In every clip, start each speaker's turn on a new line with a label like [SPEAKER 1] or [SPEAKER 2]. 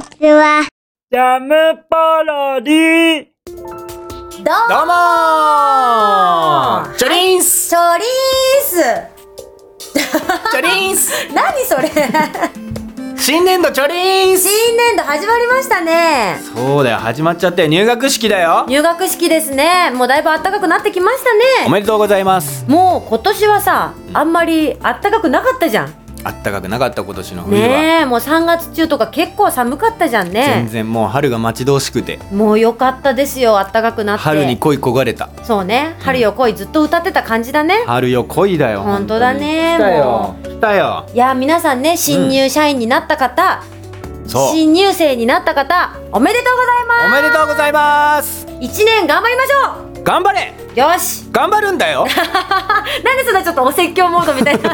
[SPEAKER 1] ちは。
[SPEAKER 2] ジャムパロディ
[SPEAKER 3] ど
[SPEAKER 4] ど
[SPEAKER 3] うも
[SPEAKER 4] うもーチョリンス
[SPEAKER 3] チョリー
[SPEAKER 4] チョリンス
[SPEAKER 3] ス何そ れ
[SPEAKER 4] 新年度チョリンス
[SPEAKER 3] 新年度始まりましたね
[SPEAKER 4] そうだよ、始まっちゃって入学式だよ
[SPEAKER 3] 入学式ですねもうだいぶ暖かくなってきました
[SPEAKER 4] お
[SPEAKER 3] ね
[SPEAKER 4] めでとうございます
[SPEAKER 3] もう今年はさあんまり暖かくなかったじゃん
[SPEAKER 4] あったかくなかった今年の冬は、
[SPEAKER 3] ねえもう3月中とか結構寒かったじゃん
[SPEAKER 4] 全
[SPEAKER 3] ね
[SPEAKER 4] 然もう春が待ち遠しくて
[SPEAKER 3] もう良かったですよ暖かくなって
[SPEAKER 4] 春に恋焦がれた
[SPEAKER 3] そうね春よ来いずっと歌ってた感じだね
[SPEAKER 4] 春よ恋だよ
[SPEAKER 3] ほんとだね
[SPEAKER 4] 本当に来たよ来
[SPEAKER 3] いや皆さんね新入社員になった方、
[SPEAKER 4] たよそう
[SPEAKER 3] 新入生になった方おめでとうござい
[SPEAKER 4] おめでとうございます
[SPEAKER 3] ます1年頑張りましょう
[SPEAKER 4] 頑張れ
[SPEAKER 3] よし
[SPEAKER 4] 頑張るんだ よ
[SPEAKER 3] なんでそんなちょっとお説教モードみたい な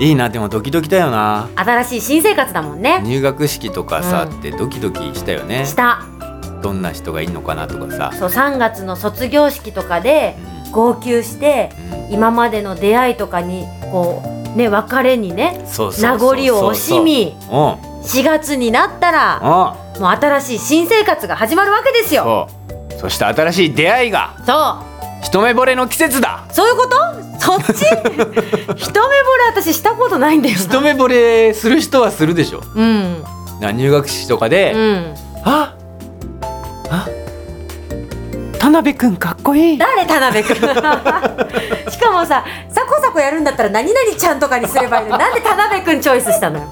[SPEAKER 4] いいな、でもドキドキだよな
[SPEAKER 3] 新しい新生活だもんね
[SPEAKER 4] 入学式とかさ、
[SPEAKER 3] う
[SPEAKER 4] ってドキドキしたよね
[SPEAKER 3] した
[SPEAKER 4] どんな人がいいのかなとかさ
[SPEAKER 3] そう3月の卒業式とかで
[SPEAKER 4] う
[SPEAKER 3] 号泣して
[SPEAKER 4] うん
[SPEAKER 3] 今までの出会いとかにこうね別れにね
[SPEAKER 4] そうそうそ
[SPEAKER 3] 名
[SPEAKER 4] うそう
[SPEAKER 3] 残を惜しみ
[SPEAKER 4] うん
[SPEAKER 3] 4月になったら
[SPEAKER 4] うん
[SPEAKER 3] もう新しい新生活が始まるわけですよ
[SPEAKER 4] そうそして新しい出会いが
[SPEAKER 3] そう
[SPEAKER 4] 一目惚れの季節だ
[SPEAKER 3] そういうことそ っち一目惚れ私したことないんだよ
[SPEAKER 4] 一目惚れする人はするでしょ
[SPEAKER 3] うん
[SPEAKER 4] な入学式とかで、
[SPEAKER 3] うん
[SPEAKER 4] ああ田辺くんかっこいい
[SPEAKER 3] 誰田辺くん しかもさサコサコやるんだったら何々ちゃんとかにすればいいのになんで田辺くんチョイスしたのよ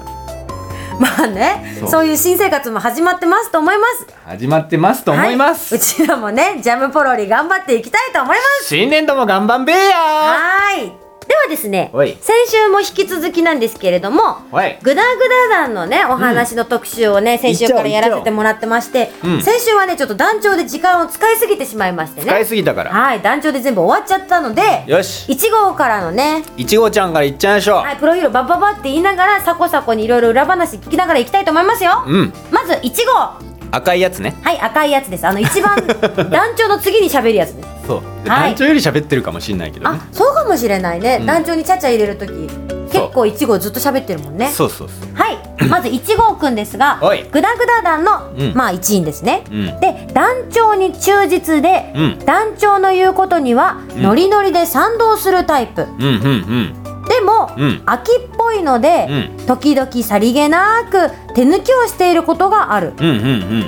[SPEAKER 3] まあね
[SPEAKER 4] そ
[SPEAKER 3] そうういう新生活も始まってますと思います
[SPEAKER 4] 始まってますと思います、
[SPEAKER 3] はうちらもねジャムポロリ頑張っていきたいと思います
[SPEAKER 4] 新年度も頑張んべえや
[SPEAKER 3] はーいではですね
[SPEAKER 4] おい
[SPEAKER 3] 先週も引き続きなんですけれども
[SPEAKER 4] おい
[SPEAKER 3] グダグダ団のねお話の特集をね、先週からやらせてもらってまして、
[SPEAKER 4] ゃおううん
[SPEAKER 3] 先週はねちょっと団長で時間を使いすぎてしまいまして
[SPEAKER 4] 使い
[SPEAKER 3] ね
[SPEAKER 4] すぎたから
[SPEAKER 3] はい団長で全部終わっちゃったので
[SPEAKER 4] よし
[SPEAKER 3] 1号からのね
[SPEAKER 4] いちごちゃんからいっちゃいましょう、
[SPEAKER 3] はい、プロフィールバババって言いながらサコサコにいろいろ裏話聞きながらいきたいと思いますよ、
[SPEAKER 4] うん
[SPEAKER 3] まず1号は
[SPEAKER 4] 赤いやつね
[SPEAKER 3] い赤いやつですあの 一番団長の次に喋るやつです
[SPEAKER 4] そう、
[SPEAKER 3] はい
[SPEAKER 4] 団長より喋ってるかもしれないけどね
[SPEAKER 3] あそうかもしれないね、
[SPEAKER 4] ん
[SPEAKER 3] 団長にちゃちゃ入れる時
[SPEAKER 4] そう
[SPEAKER 3] 結構1号ずっと喋ってるもんね
[SPEAKER 4] そうそうそう
[SPEAKER 3] はいまず1号くんですが
[SPEAKER 4] おい
[SPEAKER 3] グダグダ団の、
[SPEAKER 4] うん
[SPEAKER 3] まあ一員ですね、
[SPEAKER 4] うん
[SPEAKER 3] で団長に忠実で、
[SPEAKER 4] うん
[SPEAKER 3] 団長の言うことには
[SPEAKER 4] ん
[SPEAKER 3] ノリノリで賛同するタイプ、
[SPEAKER 4] うんうんうん
[SPEAKER 3] でも、
[SPEAKER 4] うん
[SPEAKER 3] 秋っぽいので、
[SPEAKER 4] う
[SPEAKER 3] 時々さりげなく手抜きをしていることがある、
[SPEAKER 4] うんうんう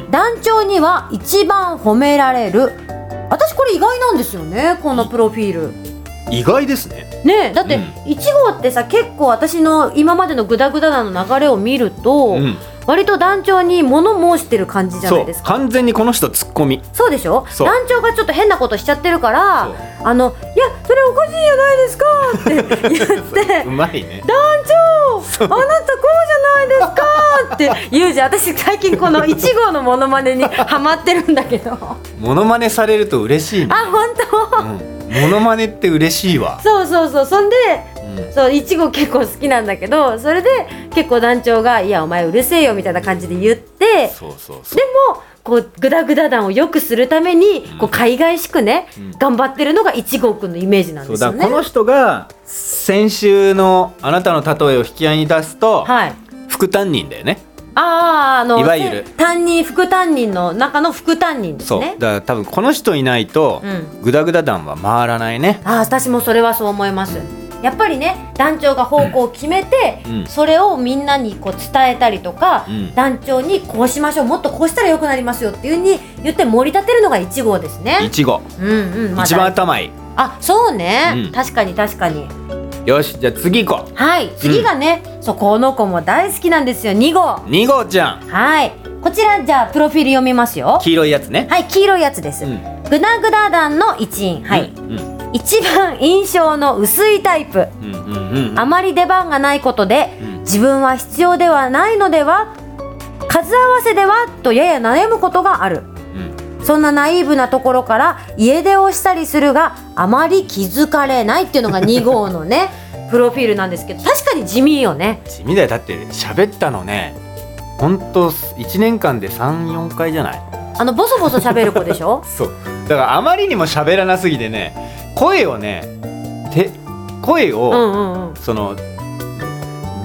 [SPEAKER 4] ん
[SPEAKER 3] 団長には一番褒められる私これ意外なんですよねこのプロフィール
[SPEAKER 4] 意外ですね
[SPEAKER 3] ねえだって
[SPEAKER 4] う
[SPEAKER 3] 1号ってさ結構私の今までのグダグダなの流れを見ると、
[SPEAKER 4] うん
[SPEAKER 3] 割と団長に物申してる感じじゃな
[SPEAKER 4] そ
[SPEAKER 3] いうですか
[SPEAKER 4] 完全にこの人ツッコミ
[SPEAKER 3] そうでしょ
[SPEAKER 4] そう
[SPEAKER 3] 団長がちょっと変なことしちゃってるからあの「いやそれおかしいじゃないですか」って言って
[SPEAKER 4] うまいね
[SPEAKER 3] 団長あなたこうじゃないですかって言うじゃん私最近この1号のモノマネにハマってるんだけどあ
[SPEAKER 4] モノマネされると嬉しいね
[SPEAKER 3] 本当
[SPEAKER 4] うんモノマネって嬉しいわ
[SPEAKER 3] そうそうそうそんで
[SPEAKER 4] うん
[SPEAKER 3] そう1号結構好きなんだけどそれで結構団長が「いやお前うるせえよ」みたいな感じで言って
[SPEAKER 4] そうそうそ
[SPEAKER 3] でもこうグダグダ団を良くするためにこう海外しくね、
[SPEAKER 4] うん
[SPEAKER 3] 頑張ってるのが1号くんのイメージなん
[SPEAKER 4] うそ
[SPEAKER 3] で
[SPEAKER 4] う
[SPEAKER 3] す
[SPEAKER 4] だ
[SPEAKER 3] よね。
[SPEAKER 4] からこの人が先週のあなたの例えを引き合いに出すと
[SPEAKER 3] はい
[SPEAKER 4] 副担任だよね
[SPEAKER 3] あああの
[SPEAKER 4] いわゆる
[SPEAKER 3] 担任副担任の中の副担任です
[SPEAKER 4] そうだ
[SPEAKER 3] ね
[SPEAKER 4] から多分この人いないと
[SPEAKER 3] うん
[SPEAKER 4] グダグダ団は回らないね
[SPEAKER 3] ああ私もそれはそう思いますやっぱりね団長が方向を決めて、
[SPEAKER 4] うん
[SPEAKER 3] それをみんなにこう伝えたりとか、
[SPEAKER 4] うん
[SPEAKER 3] 団長にこうしましょうもっとこうしたら良くなりますよっていうふうに言って盛り立てるのが1号です
[SPEAKER 4] い
[SPEAKER 3] ね
[SPEAKER 4] ちご
[SPEAKER 3] うんうん、まあ
[SPEAKER 4] 一番頭いい
[SPEAKER 3] あそうね、
[SPEAKER 4] うん
[SPEAKER 3] 確かに確かに
[SPEAKER 4] よしじゃあ次行こ
[SPEAKER 3] はい次がね、そうこの子も大好きなんですよ2号
[SPEAKER 4] う2号ちゃん
[SPEAKER 3] はいこちらじゃあプロフィール読みますよ
[SPEAKER 4] 黄色いやつね
[SPEAKER 3] はい黄色いやつです、
[SPEAKER 4] うん
[SPEAKER 3] グダグダ団の一員はい、
[SPEAKER 4] うんうん
[SPEAKER 3] 一番印象の薄いタイプ
[SPEAKER 4] うんうんうん
[SPEAKER 3] あまり出番がないことで、
[SPEAKER 4] うん
[SPEAKER 3] 自分は必要ではないのでは数合わせではとやや悩むことがある
[SPEAKER 4] うん
[SPEAKER 3] そんなナイーブなところから家出をしたりするがあまり気づかれないっていうのが2号の ねプロフィールなんですけど確かに地味よね
[SPEAKER 4] 地味だよだって喋ったのねほんと1年間で34回じゃない
[SPEAKER 3] あのボソボソ喋る子でし ょ
[SPEAKER 4] そうだからあまりにも喋らなすぎてね声をねて声
[SPEAKER 3] う
[SPEAKER 4] を、
[SPEAKER 3] んうんうん
[SPEAKER 4] その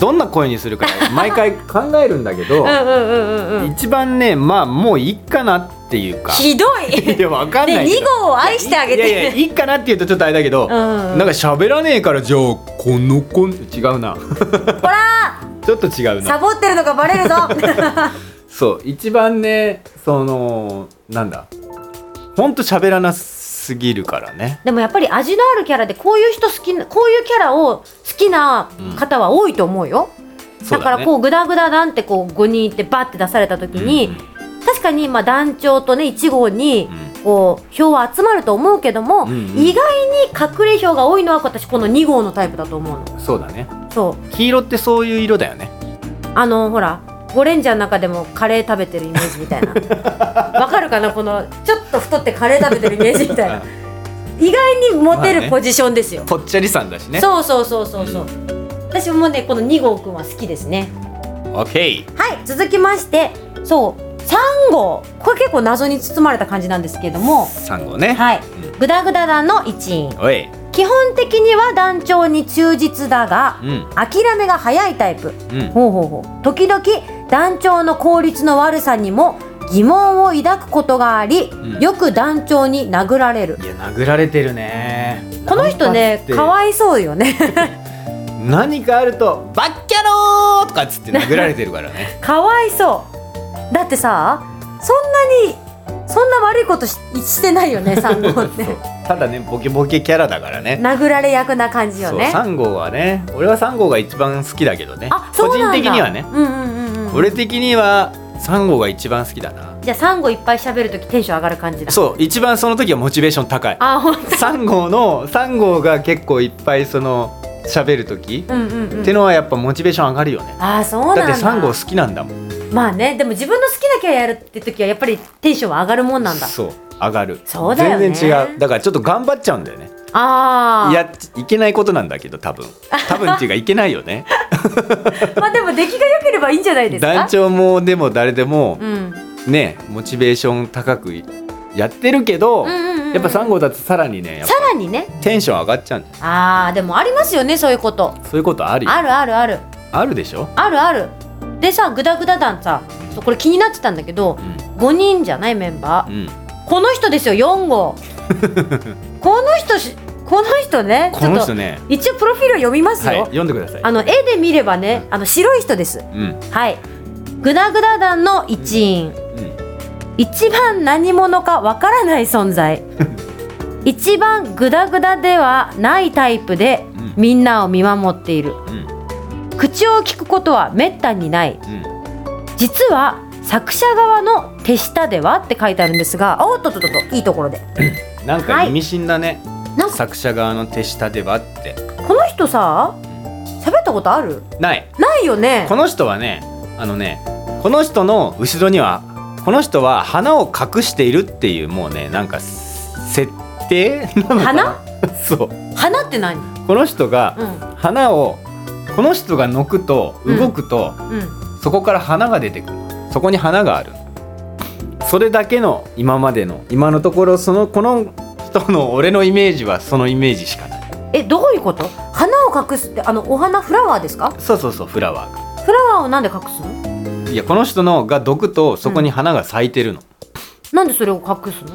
[SPEAKER 4] どんな声にす るか毎回考えるんだけど、
[SPEAKER 3] うんうんうんうんうん
[SPEAKER 4] 一番ねまあもういいかなっていうか
[SPEAKER 3] ひど い
[SPEAKER 4] いやわかんな
[SPEAKER 3] で
[SPEAKER 4] いけど
[SPEAKER 3] 2号を愛してあげ
[SPEAKER 4] いやいや
[SPEAKER 3] て
[SPEAKER 4] いいかなって言うとちょっとあれだけど、
[SPEAKER 3] うんうん
[SPEAKER 4] なんか喋らねえからじゃあこのこん違うな
[SPEAKER 3] ほら
[SPEAKER 4] ちょっと違う
[SPEAKER 3] サ
[SPEAKER 4] な
[SPEAKER 3] ボってるのがバレるぞ
[SPEAKER 4] そう一番ねそのなんだほんと喋らなすぎるからね
[SPEAKER 3] でもやっぱり味のあるキャラでこういう人好きなこういうキャラを好きな方は多いと思うよ、
[SPEAKER 4] そ
[SPEAKER 3] だ
[SPEAKER 4] う
[SPEAKER 3] か
[SPEAKER 4] だ
[SPEAKER 3] ら
[SPEAKER 4] ね
[SPEAKER 3] こうグダグダなんてこう5人いてバッて出された時に、
[SPEAKER 4] うん
[SPEAKER 3] 確かにまあ団長とね1号に
[SPEAKER 4] う
[SPEAKER 3] こう票は集まると思うけども、
[SPEAKER 4] うんうん
[SPEAKER 3] 意外に隠れ票が多いのは私この2号のタイプだと思うの
[SPEAKER 4] んそうだね
[SPEAKER 3] そう
[SPEAKER 4] 黄色ってそういう色だよね
[SPEAKER 3] あのほらゴレンジャーの中でもカレー食べてるイメージみ たいなわかるかなこのちょっと太ってカレー食べてるイメージみた いな意外にモテるポジションですよ、
[SPEAKER 4] ぽっちゃりさんだしね
[SPEAKER 3] そうそうそうそうそう私もねこの2号くんは好きですね
[SPEAKER 4] オッケー
[SPEAKER 3] はい続きましてそう3号これ結構謎に包まれた感じなんですけれども
[SPEAKER 4] 三号ね
[SPEAKER 3] はい
[SPEAKER 4] うん
[SPEAKER 3] グダグダ団の一員
[SPEAKER 4] おい
[SPEAKER 3] 基本的には団長に忠実だが
[SPEAKER 4] うん
[SPEAKER 3] 諦めが早いタイプ
[SPEAKER 4] うん
[SPEAKER 3] ほうほうほう時々団長の効率の悪さにも疑問を抱くことがあり、
[SPEAKER 4] うん
[SPEAKER 3] よく団長に殴られる
[SPEAKER 4] いや殴られてるね
[SPEAKER 3] この人ねか
[SPEAKER 4] い
[SPEAKER 3] わいそうよね
[SPEAKER 4] 何かあると「バッキャロー!」とかっつって殴られてるから ね
[SPEAKER 3] かわいそうだってさそんなにそんな悪いことししてない よね三号って
[SPEAKER 4] そうただねボケボケキャラだからね
[SPEAKER 3] 殴られ役な感じよ
[SPEAKER 4] そう
[SPEAKER 3] ね
[SPEAKER 4] 3号はね俺は3号が一番好きだけどね
[SPEAKER 3] あそうなんだ
[SPEAKER 4] 個人的にはね
[SPEAKER 3] うんうんうんうん
[SPEAKER 4] 俺的には3号が一番好きだな
[SPEAKER 3] じゃあサンゴいっぱい喋るときテンション上がる感じだ
[SPEAKER 4] そう一番その時はモチベーション高い
[SPEAKER 3] あ本
[SPEAKER 4] 3号の3号が結構いっぱいその喋る時、
[SPEAKER 3] 当うんうんうん
[SPEAKER 4] ってのはやっぱモチベーション上がるよね
[SPEAKER 3] あーそうなん
[SPEAKER 4] だ
[SPEAKER 3] だ
[SPEAKER 4] って3号好きなんだもん
[SPEAKER 3] まあねでも自分の好きなキャラやるって時はやっぱりテンションは上がるもんなんだ
[SPEAKER 4] そう上がる
[SPEAKER 3] そうだよね
[SPEAKER 4] 全然違うだからちょっと頑張っちゃうんだよね
[SPEAKER 3] ああ
[SPEAKER 4] やっちいけないことなんだけど多分多分っていうかいけないよね
[SPEAKER 3] まあでも出来が良ければいいんじ ゃないですか
[SPEAKER 4] 団長もでも誰でも
[SPEAKER 3] うん、うん
[SPEAKER 4] ねモチベーション高くやってるけど、
[SPEAKER 3] うんうんうん
[SPEAKER 4] やっぱ3号だとさらにねやっ
[SPEAKER 3] さ
[SPEAKER 4] ぱ
[SPEAKER 3] らにね
[SPEAKER 4] テンション上がっちゃうんだよ
[SPEAKER 3] ああでもありますよねそういうこと
[SPEAKER 4] そういうことあるよ
[SPEAKER 3] あるあるある
[SPEAKER 4] あるでしょ、
[SPEAKER 3] あるあるでさグダグダ団さそうこれ気になってたんだけど
[SPEAKER 4] う
[SPEAKER 3] 5人じゃないメンバー
[SPEAKER 4] んうん、
[SPEAKER 3] この人ですよ4号 この人しこの人ね
[SPEAKER 4] この
[SPEAKER 3] ちょ
[SPEAKER 4] 人
[SPEAKER 3] っと
[SPEAKER 4] ね
[SPEAKER 3] 一応プロフィールを読みます
[SPEAKER 4] はい
[SPEAKER 3] よ、
[SPEAKER 4] 読んでください
[SPEAKER 3] あの絵で見ればねあの白い人です
[SPEAKER 4] うん
[SPEAKER 3] はいグダグダ団の一員、
[SPEAKER 4] うん
[SPEAKER 3] 一番何者かわからない存在 一番グダグダではないタイプで、
[SPEAKER 4] うん
[SPEAKER 3] みんなを見守っている
[SPEAKER 4] うん
[SPEAKER 3] 口を聞くことはめったにない実は作者側の手下ではって書いてあるんですがあおっとっとっとっといいところで
[SPEAKER 4] うんなんか
[SPEAKER 3] はい
[SPEAKER 4] 意味深だね、
[SPEAKER 3] なんか
[SPEAKER 4] 作者側の手下ではって
[SPEAKER 3] この人さ喋ったことある
[SPEAKER 4] ない
[SPEAKER 3] ないよね
[SPEAKER 4] この人はねあのねこの人の後ろにはこの人は花を隠しているっていうもうねなんか設定 なのかな
[SPEAKER 3] 花
[SPEAKER 4] そう
[SPEAKER 3] 花って何うん
[SPEAKER 4] この人が花をこの人がのくと動くと、
[SPEAKER 3] うん
[SPEAKER 4] そこから花が出てくるそこに花があるそれだけの今までの今のところそのこの人の俺のイメージはそのイメージしかない
[SPEAKER 3] えどういうこと花を隠すってあのお花フラワーですか
[SPEAKER 4] そうそうそうフラワー
[SPEAKER 3] フラワーをなんで隠すの
[SPEAKER 4] がいやこの人のが毒とそこに花が咲いてるの、
[SPEAKER 3] なんでそれを隠すの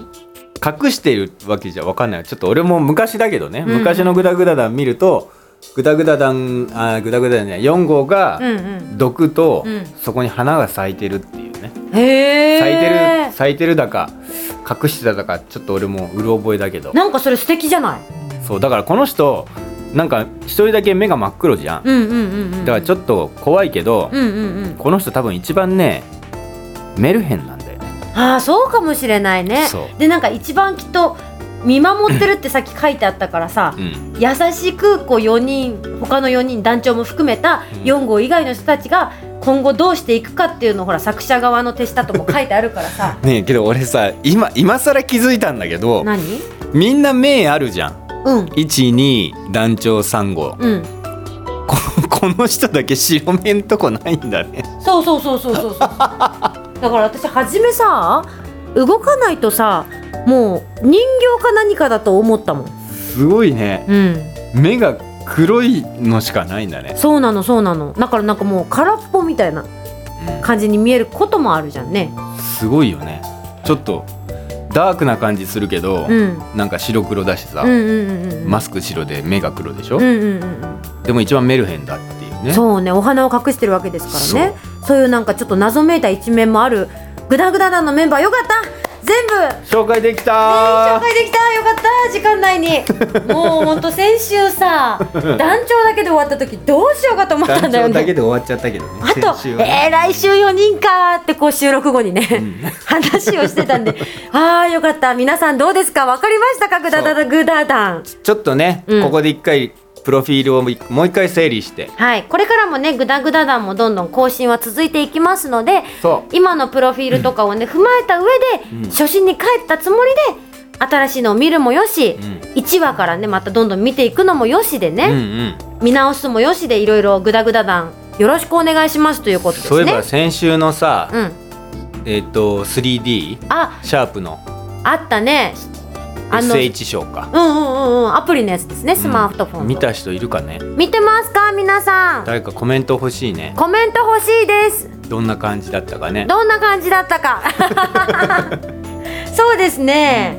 [SPEAKER 4] 隠してるわけじゃわかんないちょっと俺も昔だけどね、
[SPEAKER 3] うん
[SPEAKER 4] 昔のグダグダ団見るとグダグダ団あーグダグダ団じゃない4号が
[SPEAKER 3] うんうん
[SPEAKER 4] 毒と、
[SPEAKER 3] うん
[SPEAKER 4] そこに花が咲いてるっていうね
[SPEAKER 3] へえ
[SPEAKER 4] 咲いてる、咲いてるだか隠してただかちょっと俺もうる覚えだけど
[SPEAKER 3] なんかそれ素敵じゃない
[SPEAKER 4] そうだからこの人なんか一人だけ目が真っ黒じゃん、
[SPEAKER 3] うんうんうんうん
[SPEAKER 4] だからちょっと怖いけど、
[SPEAKER 3] うんうんうん
[SPEAKER 4] この人多分一番ねメルヘンなんだよね
[SPEAKER 3] ああそうかもしれないね
[SPEAKER 4] そう
[SPEAKER 3] でなんか一番きっと見守ってるってさっき書いてあったからさ、
[SPEAKER 4] うん
[SPEAKER 3] 優しくこう4人他の4人団長も含めた
[SPEAKER 4] うん
[SPEAKER 3] 4号以外の人たちが今後どうしていくかっていうのをほら作者側の手下とも書いてあるからさ
[SPEAKER 4] ねえけど俺さ今今更気づいたんだけど
[SPEAKER 3] 何
[SPEAKER 4] みんな目あるじゃん
[SPEAKER 3] うん
[SPEAKER 4] 12団長3号
[SPEAKER 3] うん
[SPEAKER 4] ここの人だけ白目んとこないんだね
[SPEAKER 3] そうそうそうそうそうそうだから私初めさ動かないとさもう人形か何かだと思ったもん
[SPEAKER 4] すごいね
[SPEAKER 3] うん
[SPEAKER 4] 目が黒いのしかないんだね、
[SPEAKER 3] そうなのそうなのだからなんかもう空っぽみたいな
[SPEAKER 4] う
[SPEAKER 3] 感じに見えることもあるじゃんね
[SPEAKER 4] ん、すごいよねちょっとダークな感じするけど、
[SPEAKER 3] うん
[SPEAKER 4] なんか白黒だしさ、
[SPEAKER 3] うんうんうんうん
[SPEAKER 4] マスク白で目が黒でしょ、
[SPEAKER 3] うんうんうん
[SPEAKER 4] でも一番メルヘンだっていう
[SPEAKER 3] う
[SPEAKER 4] ね
[SPEAKER 3] んそうねお花を隠してるわけですからねそういうなんかちょっと謎めいた一面もあるグダグダ団のメンバーよかった全部
[SPEAKER 4] 紹介でき
[SPEAKER 3] 紹
[SPEAKER 4] た
[SPEAKER 3] 介できたよかった時間 内にもうほんと先週さ団長だけで終わった時どうしようかと思ったんだよ
[SPEAKER 4] 団長だけ
[SPEAKER 3] ね
[SPEAKER 4] で終わっちゃったけどね
[SPEAKER 3] あと
[SPEAKER 4] 先、週はね
[SPEAKER 3] えー、来週4人かーってこう収録後にね、話をして たんでああよかった皆さんどうですか分かりましたかグダダダグダダン
[SPEAKER 4] ちょっとね、
[SPEAKER 3] うん
[SPEAKER 4] ここで一回プロフィールをもう一もう一回整理して
[SPEAKER 3] はい、これからもね、グダグダ団もどんどん更新は続いていきますので
[SPEAKER 4] そ、
[SPEAKER 3] 今のプロフィールとかをね、踏まえた上で、初心に帰ったつもりで、新しいのを見るもよし、1話からね、またどんどん見ていくのもよしで
[SPEAKER 4] うんう
[SPEAKER 3] ね、
[SPEAKER 4] ん
[SPEAKER 3] 見直すもよしで、いろいろグダグダ団、よろしくお願いしますということです
[SPEAKER 4] そういえ
[SPEAKER 3] ね
[SPEAKER 4] ば。先週のさ、
[SPEAKER 3] うん。
[SPEAKER 4] えっ、と 3D
[SPEAKER 3] あ、
[SPEAKER 4] シャープの
[SPEAKER 3] あったね。あの、
[SPEAKER 4] SH 賞か
[SPEAKER 3] うんうんうんうん、アプリのやつですね、スマートフォンの。
[SPEAKER 4] 見た人いるかね
[SPEAKER 3] 見てますか、皆さん。
[SPEAKER 4] 誰かコメント欲しいね
[SPEAKER 3] コメント欲しいです。
[SPEAKER 4] どんな感じだったかね
[SPEAKER 3] どんな感じだったか。そうですね。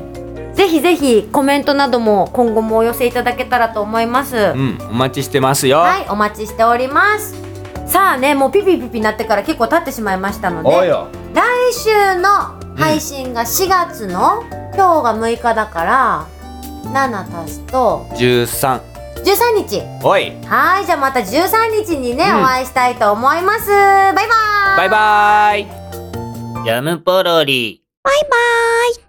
[SPEAKER 3] ぜひぜひコメントなども今後もお寄せいただけたらと思います。
[SPEAKER 4] うんお待ちしてますよ、
[SPEAKER 3] はい、お待ちしております。さあね、もうピピピピなってから結構経ってしまいましたので、
[SPEAKER 4] おう
[SPEAKER 3] 来
[SPEAKER 4] よ
[SPEAKER 3] 週の配信が4月の、今日が6日だから、7足すと
[SPEAKER 4] 13
[SPEAKER 3] 13日。
[SPEAKER 4] おい
[SPEAKER 3] はい、じゃあまた13日にね、
[SPEAKER 4] うん
[SPEAKER 3] お会いしたいと思います。バイバーイ
[SPEAKER 4] バイバーイ
[SPEAKER 2] ジャムポロリ。